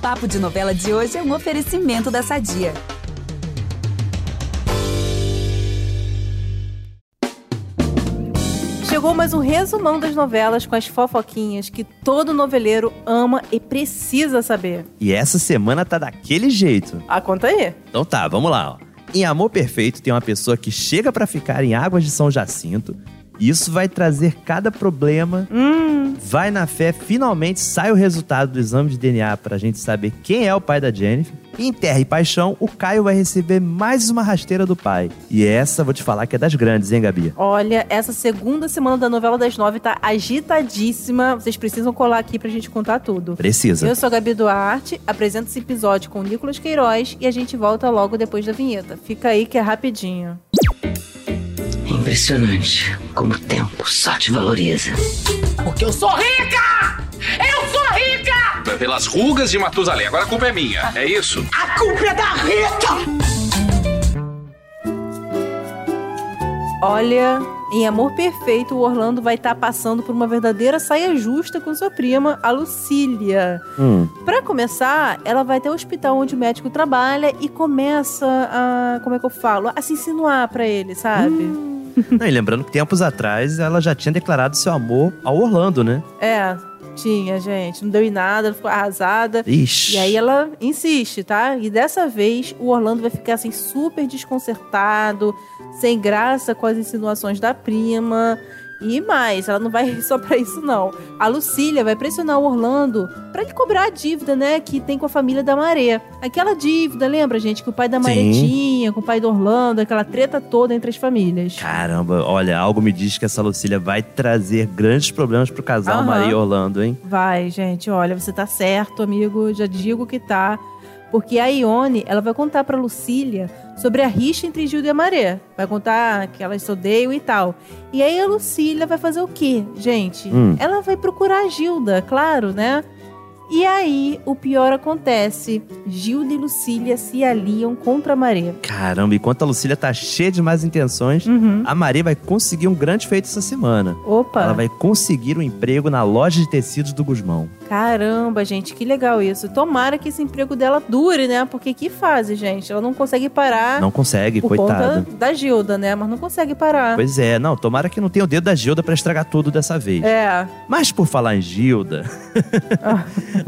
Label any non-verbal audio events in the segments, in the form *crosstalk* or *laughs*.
Papo de Novela de hoje é um oferecimento da Sadia. Chegou mais um resumão das novelas com as fofoquinhas que todo noveleiro ama e precisa saber. E essa semana tá daquele jeito. Ah, conta aí. Então tá, vamos lá. Ó. Em Amor Perfeito tem uma pessoa que chega pra ficar em Águas de São Jacinto. E isso vai trazer cada problema. Hum, Vai na fé, finalmente sai o resultado do exame de DNA pra gente saber quem é o pai da Jennifer. E em Terra e Paixão, o Caio vai receber mais uma rasteira do pai. E essa vou te falar que é das grandes, hein, Gabi? olha, essa segunda semana da novela das nove tá agitadíssima. Vocês precisam colar aqui pra gente contar tudo. Precisa. Eu sou a Gabi Duarte, apresento esse episódio com o Nicolas Queiroz e a gente volta logo depois da vinheta. Fica aí que é rapidinho. É impressionante como o tempo só te valoriza. Porque eu sou rica! Eu sou rica! pelas rugas de Matusalém. Agora a culpa é minha, é isso? A culpa é da Rita! Olha, em Amor Perfeito, o Orlando vai estar passando por uma verdadeira saia justa com sua prima, a Lucília. Hum. Pra começar, ela vai até o hospital onde o médico trabalha e começa a, como é que eu falo, a se insinuar pra ele, sabe? Não, e lembrando que tempos atrás ela já tinha declarado seu amor ao Orlando, né? É, tinha, gente, não deu em nada, ela ficou arrasada. Ixi. E aí ela insiste, tá? E dessa vez o Orlando vai ficar assim super desconcertado, sem graça com as insinuações da prima. E mais, ela não vai *laughs* ir só pra isso não. A Lucília vai pressionar o Orlando pra ele cobrar a dívida, né, que tem com a família da Maré. Aquela dívida, lembra, gente, que o pai da Maré Sim. tinha, com o pai do Orlando, aquela treta toda entre as famílias. Caramba, olha, algo me diz que essa Lucília vai trazer grandes problemas pro casal Aham. Maria e Orlando, hein? Vai, gente, olha, você tá certo, amigo, já digo que tá. Porque a Ione, ela vai contar pra Lucília sobre a rixa entre Gilda e a Maré. Vai contar que elas se odeiam e tal. E aí a Lucília vai fazer o quê, gente? Hum. Ela vai procurar a Gilda, claro, né? E aí o pior acontece. Gilda e Lucília se aliam contra a Maré. Caramba, enquanto a Lucília tá cheia de más intenções, Uhum. a Maria vai conseguir um grande feito essa semana. Opa! Ela vai conseguir um emprego na loja de tecidos do Guzmão. Caramba, gente, que legal isso. Tomara que esse emprego dela dure, né? Porque que fase, gente? Ela não consegue parar. Não consegue, É? por coitada. conta da Gilda, né? Mas não consegue parar. Pois é, não, tomara que não tenha o dedo da Gilda pra estragar tudo dessa vez. É. Mas por falar em Gilda, *laughs*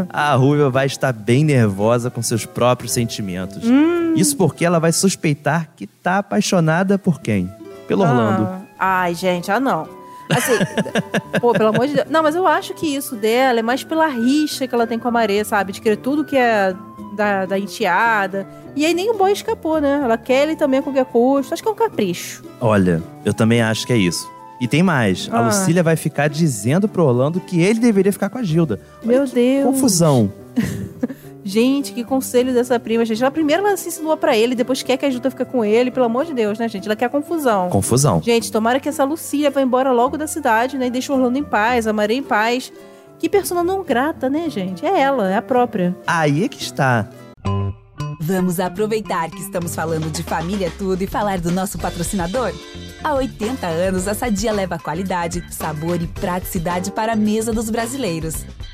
a Ruiva vai estar bem nervosa com seus próprios sentimentos. Hum. Isso porque ela vai suspeitar que tá apaixonada por quem? Pelo Orlando. Ah. Ai, gente, ah não. Assim, *laughs* pô, pelo amor de Deus. Não, mas eu acho que isso dela é mais pela rixa que ela tem com a Maré, sabe? De querer tudo que é da, da enteada. E aí nem o boy escapou, né? Ela quer ele também a qualquer custo. Acho que é um capricho. Olha, eu também acho que é isso. E tem mais, a Ah. Lucília vai ficar dizendo pro Orlando que ele deveria ficar com a Gilda. Olha Meu que Deus. Confusão. Gente, que conselho dessa prima, gente. Ela primeiro ela se insinua pra ele, depois quer que a Juta fique com ele. Pelo amor de Deus, né, gente? Ela quer confusão. Confusão. Gente, tomara que essa Lucília vá embora logo da cidade, né? E deixe o Orlando em paz, a Maria em paz. Que persona não grata, né, gente? É ela, é a própria. Aí é que está. Vamos aproveitar que estamos falando de família tudo e falar do nosso patrocinador? Há 80 anos, a Sadia leva qualidade, sabor e praticidade para a mesa dos brasileiros.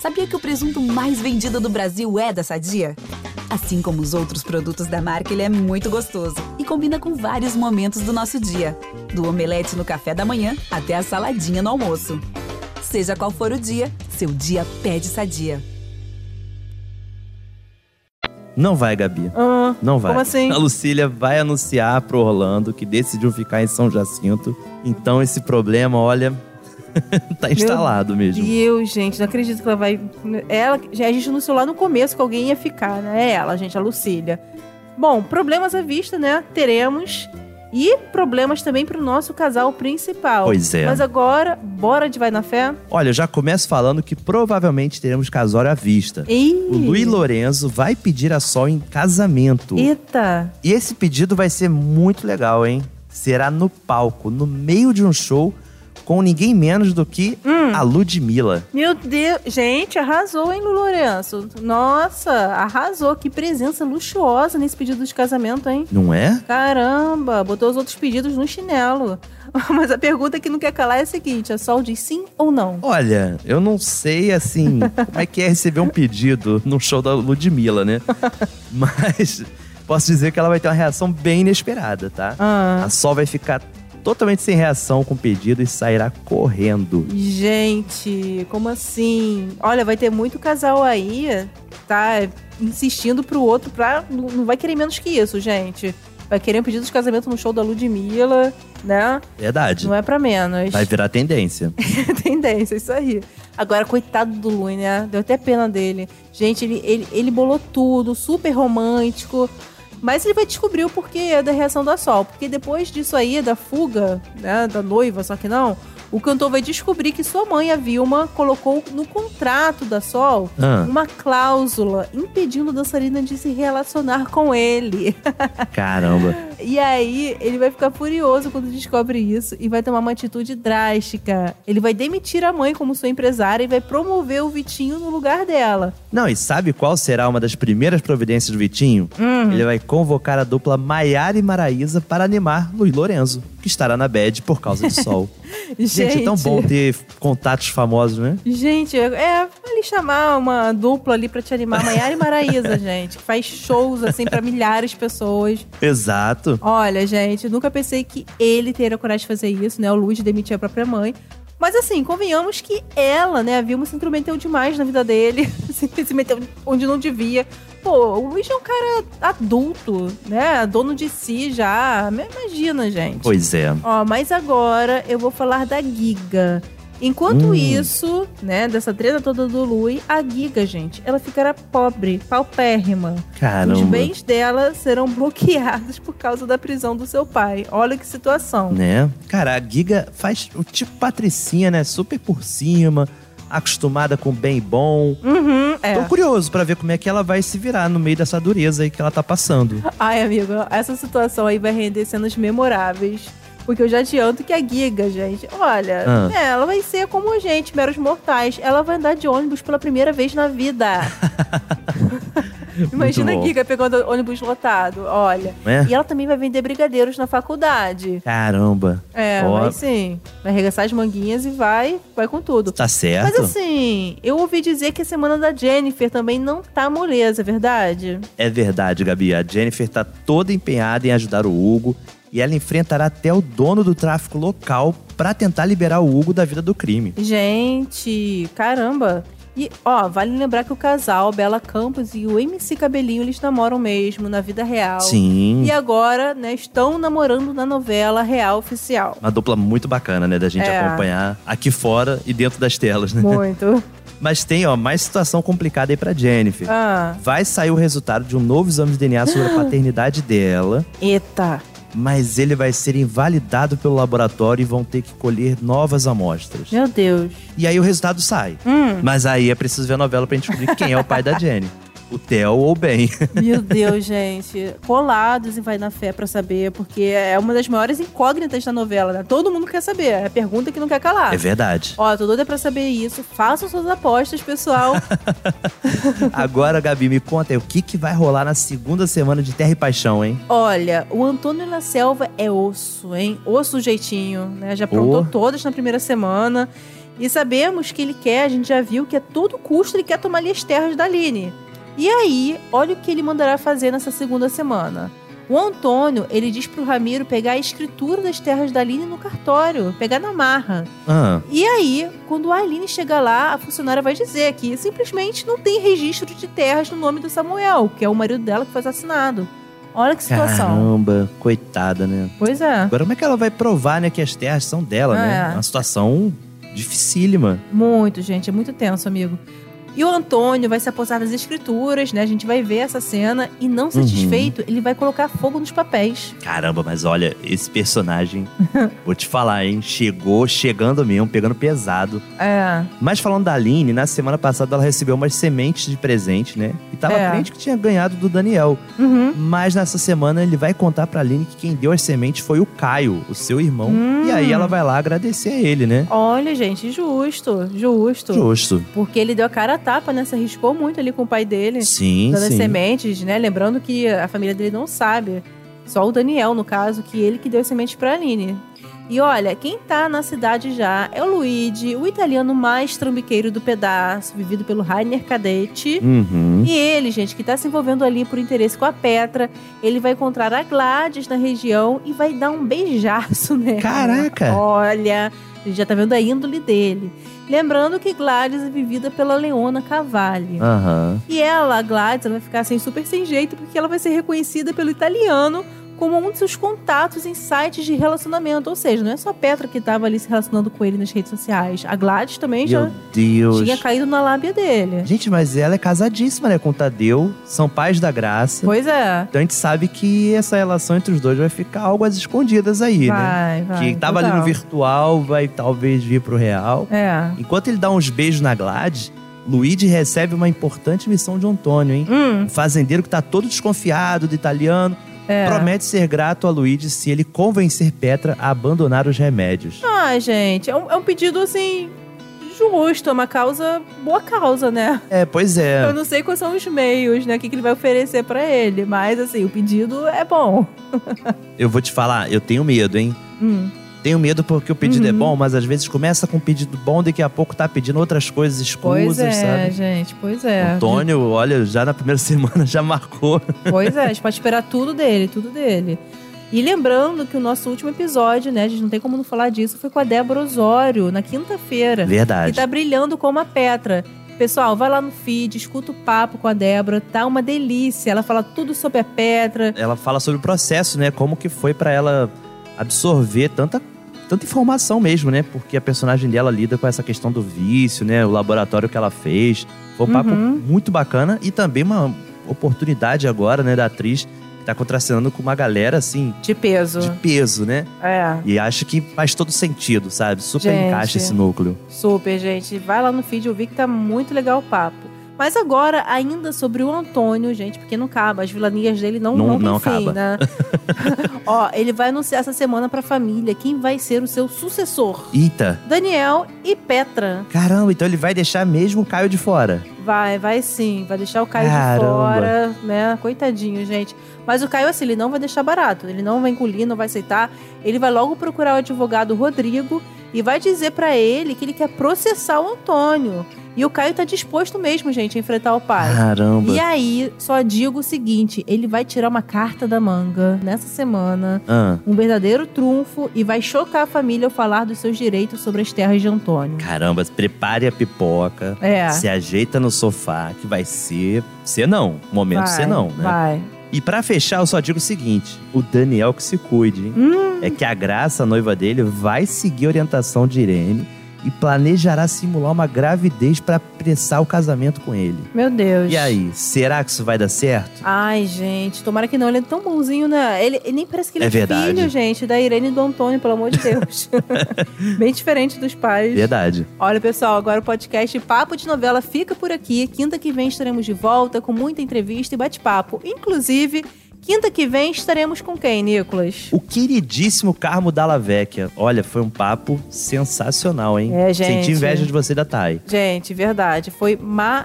Sabia que o presunto mais vendido do Brasil é da Sadia? Assim como os outros produtos da marca, ele é muito gostoso e combina com vários momentos do nosso dia. Do omelete no café da manhã até a saladinha no almoço. Seja qual for o dia, seu dia pede Sadia. Não vai, Gabi. Ah, Não vai. Como assim? A Lucília vai anunciar pro Orlando que decidiu ficar em São Jacinto. Então esse problema, olha, *laughs* tá instalado mesmo. Deus, gente, não acredito que ela vai. Ela, já a gente anunciou lá no começo que alguém ia ficar, né? É ela, gente, a Lucília. Bom, problemas à vista, né? Teremos. E problemas também pro nosso casal principal. Pois é. Mas agora, bora de Vai na Fé? Olha, eu já começo falando que provavelmente teremos casório à vista. Ih! O Luiz Lorenzo vai pedir a Sol em casamento. Eita! E esse pedido vai ser muito legal, hein? Será no palco, no meio de um show, com ninguém menos do que a Ludmilla. Meu Deus! Gente, arrasou, hein, Lu Lourenço? Nossa, arrasou. Que presença luxuosa nesse pedido de casamento, hein? Não é? Caramba, botou os outros pedidos no chinelo. *laughs* Mas a pergunta que não quer calar é a seguinte: a Sol diz sim ou não? Olha, eu não sei, assim, como é que é receber um pedido num show da Ludmilla, né? Mas posso dizer que ela vai ter uma reação bem inesperada, tá? Ah, A Sol vai ficar totalmente sem reação com o pedido e sairá correndo. gente, como assim? Olha, vai ter muito casal aí, tá insistindo pro outro pra. Não não vai querer menos que isso, gente. Vai querer um pedido de casamento no show da Ludmilla, né? Verdade. Não é pra menos. Vai virar tendência. *laughs* tendência, isso aí. Agora, coitado do Lui, né? Deu até pena dele. Gente, ele, ele, ele bolou tudo, super romântico. Mas ele vai descobrir o porquê da reação da Sol. Porque depois disso aí, da fuga, né? Da noiva, só que não. O cantor vai descobrir que sua mãe, a Vilma, colocou no contrato da Sol *laughs* Ah, uma cláusula impedindo a dançarina de se relacionar com ele. caramba. E aí, ele vai ficar furioso quando descobre isso e vai tomar uma atitude drástica. Ele vai demitir a mãe como sua empresária e vai promover o Vitinho no lugar dela. Não, e sabe qual será uma das primeiras providências do Vitinho? Hum. Ele vai convocar a dupla Maiara e Maraísa para animar Luiz Lorenzo, que estará na bad por causa do *laughs* sol. Gente, é tão bom ter contatos famosos, né? Gente, é, ele chamar uma dupla ali pra te animar, Maiara e Maraísa, *laughs* gente, que faz shows assim pra milhares de pessoas. Exato. Olha, gente, nunca pensei que ele teria coragem de fazer isso, né? O Luiz demitir a própria mãe. Mas assim, convenhamos que ela, né, a Vilma se intrometeu demais na vida dele, *laughs* se se meteu onde não devia. Pô, o Luiz é um cara adulto, né? Dono de si já. Imagina, gente. Pois é. Ó, mas agora eu vou falar da Giga. Enquanto Hum. isso, né, dessa treta toda do Lui, a Giga, gente, ela ficará pobre, paupérrima. Os Caramba. bens dela serão bloqueados por causa da prisão do seu pai. Olha que situação. Né? Cara, a Giga faz o tipo patricinha, né? Super por cima, acostumada com bem bom. Uhum, é. Tô curioso pra ver como é que ela vai se virar no meio dessa dureza aí que ela tá passando. Ai, amigo, essa situação aí vai render cenas memoráveis. Porque eu já adianto que a Giga, gente, olha, Ah. né, ela vai ser como a gente, meros mortais. Ela vai andar de ônibus pela primeira vez na *laughs* vida. *laughs* Imagina a bom. Giga pegando ônibus lotado, olha. Né? E ela também vai vender brigadeiros na faculdade. Caramba. É, Ó. vai sim. Vai arregaçar as manguinhas e vai, vai com tudo. Tá certo? Mas assim, eu ouvi dizer que a semana da Jennifer também não tá moleza, é verdade? É verdade, Gabi. A Jennifer tá toda empenhada em ajudar o Hugo e ela enfrentará até o dono do tráfico local pra tentar liberar o Hugo da vida do crime. Gente, caramba. E, ó, vale lembrar que o casal Bela Campos e o MC Cabelinho, eles namoram mesmo, na vida real. Sim. E agora, né, estão namorando na novela real oficial. Uma dupla muito bacana, né? Da gente É. acompanhar aqui fora e dentro das telas, né? *laughs* Muito. Mas tem, ó, mais situação complicada aí pra Jennifer. Ah, Vai sair o resultado de um novo exame de *gasps* DNA sobre a paternidade dela, eita. mas ele vai ser invalidado pelo laboratório e vão ter que colher novas amostras. Meu Deus. E aí o resultado sai. Hum, Mas aí é preciso ver a novela pra gente descobrir quem é o pai da Jenny. O Theo ou o Ben. meu Deus, *laughs* gente. Colados e vai na fé pra saber, porque é uma das maiores incógnitas da novela, né? Todo mundo quer saber. É a pergunta que não quer calar. É verdade. Ó, tô doida pra saber isso. Façam suas apostas, pessoal. Agora, Gabi, me conta aí, o que, que vai rolar na segunda semana de Terra e Paixão, hein? Olha, o Antônio na Selva é osso, hein? Osso jeitinho, né? Já aprontou Oh. todas na primeira semana. E sabemos que ele quer, a gente já viu que a todo custo ele quer tomar ali as terras da Aline. E aí, olha o que ele mandará fazer nessa segunda semana. O Antônio, ele diz pro Ramiro pegar a escritura das terras da Aline no cartório, pegar na marra. Ah, E aí, quando a Aline chegar lá, a funcionária vai dizer que simplesmente não tem registro de terras no nome do Samuel, que é o marido dela que foi assassinado. Olha que situação. caramba, coitada, né? Pois é, Agora, como é que ela vai provar, né, que as terras são dela, né? É. Uma situação dificílima. muito, gente, é muito tenso, amigo. E o Antônio vai se apossar das escrituras, né? A gente vai ver essa cena. E não satisfeito, ele vai colocar fogo nos papéis. Caramba, mas olha, esse personagem, vou te falar, hein? Chegou chegando mesmo, pegando pesado. É. Mas falando da Aline, na semana passada ela recebeu umas sementes de presente, né? E tava É. crente que tinha ganhado do Daniel. Uhum. Mas nessa semana ele vai contar pra Aline que quem deu as sementes foi o Caio, o seu irmão. Hum. E aí ela vai lá agradecer a ele, né? Olha, gente, justo, justo. Justo. Porque ele deu a cara a tapa, né? Se arriscou muito ali com o pai dele. Sim, dando as sim. sementes, né? Lembrando que a família dele não sabe. Só o Daniel, no caso, que ele que deu as sementes pra Aline. E olha, quem tá na cidade já é o Luigi, o italiano mais trambiqueiro do pedaço, vivido pelo Rainer Cadete. Uhum. E ele, gente, que tá se envolvendo ali por interesse com a Petra, ele vai encontrar a Gladys na região e vai dar um beijaço *laughs* nela. Caraca! Olha, a gente já tá vendo a índole dele. Lembrando que Gladys é vivida pela Leona Cavalli. Aham. E ela, a Gladys, ela vai ficar assim super sem jeito porque ela vai ser reconhecida pelo italiano como um de seus contatos em sites de relacionamento. Ou seja, não é só a Petra que tava ali se relacionando com ele nas redes sociais. A Gladys também Meu já Deus. tinha caído na lábia dele. Gente, mas ela é casadíssima, né? Com o Tadeu. São pais da graça. Pois é. Então a gente sabe que essa relação entre os dois vai ficar algo às escondidas aí, Vai, né? vai. que tava ali no total. virtual, vai talvez vir pro real. É. Enquanto ele dá uns beijos na Gladys, Luigi recebe uma importante missão de Antônio, hein? Hum, Um fazendeiro que tá todo desconfiado do italiano. É. Promete ser grato a Luigi se ele convencer Petra a abandonar os remédios. Ah, gente, é um, é um pedido assim justo, é uma causa, boa causa, né? É, pois é. Eu não sei quais são os meios, né? O que, que ele vai oferecer pra ele, mas assim, o pedido é bom. Eu vou te falar, eu tenho medo, hein? Hum. Tenho medo porque o pedido é Uhum. bom, mas às vezes começa com um pedido bom, daqui a pouco tá pedindo outras coisas Pois é, escusas, sabe? gente, pois é. Antônio, olha, já na primeira *laughs* semana já marcou. Pois é, a gente pode esperar tudo dele, tudo dele. E lembrando que o nosso último episódio, né? A gente não tem como não falar disso, foi com a Débora Osório, na quinta-feira. que Verdade. tá brilhando como a Petra. Pessoal, vai lá no feed, escuta o papo com a Débora, tá uma delícia. Ela fala tudo sobre a Petra. Ela fala sobre o processo, né? Como que foi pra ela absorver tanta, tanta informação mesmo, né? Porque a personagem dela lida com essa questão do vício, né? O laboratório que ela fez. Foi um papo Uhum. muito bacana e também uma oportunidade agora, né, da atriz que tá contracenando com uma galera, assim, De peso. de peso, né? É, E acho que faz todo sentido, sabe? Super Gente. encaixa esse núcleo. super, gente. Vai lá no feed ouvir que tá muito legal o papo. Mas agora, ainda sobre o Antônio, gente, porque não acaba. As vilanias dele não, Não- não, não tem fim, acaba. *laughs* né? Ó, ele vai anunciar essa semana pra família quem vai ser o seu sucessor. Eita! Daniel e Petra. Caramba, então ele vai deixar mesmo o Caio de fora. Vai, vai sim. Vai deixar o Caio Caramba. de fora, né? Coitadinho, gente. Mas o Caio, assim, ele não vai deixar barato. Ele não vai engolir, não vai aceitar. Ele vai logo procurar o advogado Rodrigo e vai dizer pra ele que ele quer processar o Antônio. E o Caio tá disposto mesmo, gente, a enfrentar o pai. Caramba. E aí, só digo o seguinte: ele vai tirar uma carta da manga nessa semana, Ah, um verdadeiro trunfo, e vai chocar a família ao falar dos seus direitos sobre as terras de Antônio. caramba, prepare a pipoca. É. Se ajeita no sofá, que vai ser. Ser não. Momento vai, ser não, né? Vai. E pra fechar, eu só digo o seguinte: o Daniel que se cuide, hein? Hum. É que a Graça, a noiva dele, vai seguir a orientação de Irene e planejará simular uma gravidez pra apressar o casamento com ele. Meu Deus. E aí, será que isso vai dar certo? Ai, gente, tomara que não. Ele é tão bonzinho, né? Ele, ele nem parece que ele É é, verdade. filho, gente, da Irene e do Antônio, pelo amor de *laughs* Deus. *laughs* Bem diferente dos pais. Verdade. Olha, pessoal, agora o podcast Papo de Novela fica por aqui. Quinta que vem estaremos de volta com muita entrevista e bate-papo. Inclusive, quinta que vem estaremos com quem, Nicolas? O queridíssimo Carmo Dalla Vecchia. Olha, foi um papo sensacional, hein? É, gente. Senti inveja de você da Thay. Gente, verdade, foi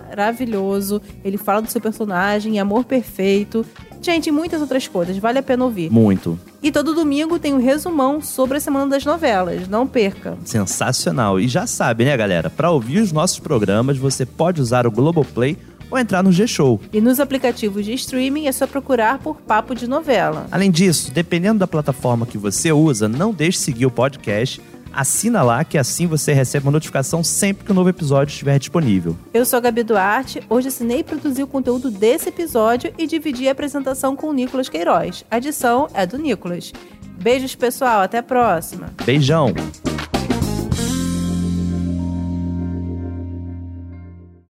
maravilhoso. Ele fala do seu personagem, Amor Perfeito. Gente, e muitas outras coisas, vale a pena ouvir. Muito. E todo domingo tem um resumão sobre a Semana das Novelas. Não perca. Sensacional. E já sabe, né, galera? Pra ouvir os nossos programas, você pode usar o Globoplay ou entrar no G-Show. E nos aplicativos de streaming é só procurar por Papo de Novela. Além disso, dependendo da plataforma que você usa, não deixe de seguir o podcast. Assina lá, que assim você recebe uma notificação sempre que um novo episódio estiver disponível. Eu sou a Gabi Duarte, hoje assinei e produzi o conteúdo desse episódio e dividi a apresentação com o Nicolas Queiroz. A edição é do Nicolas. Beijos, pessoal, até a próxima! Beijão!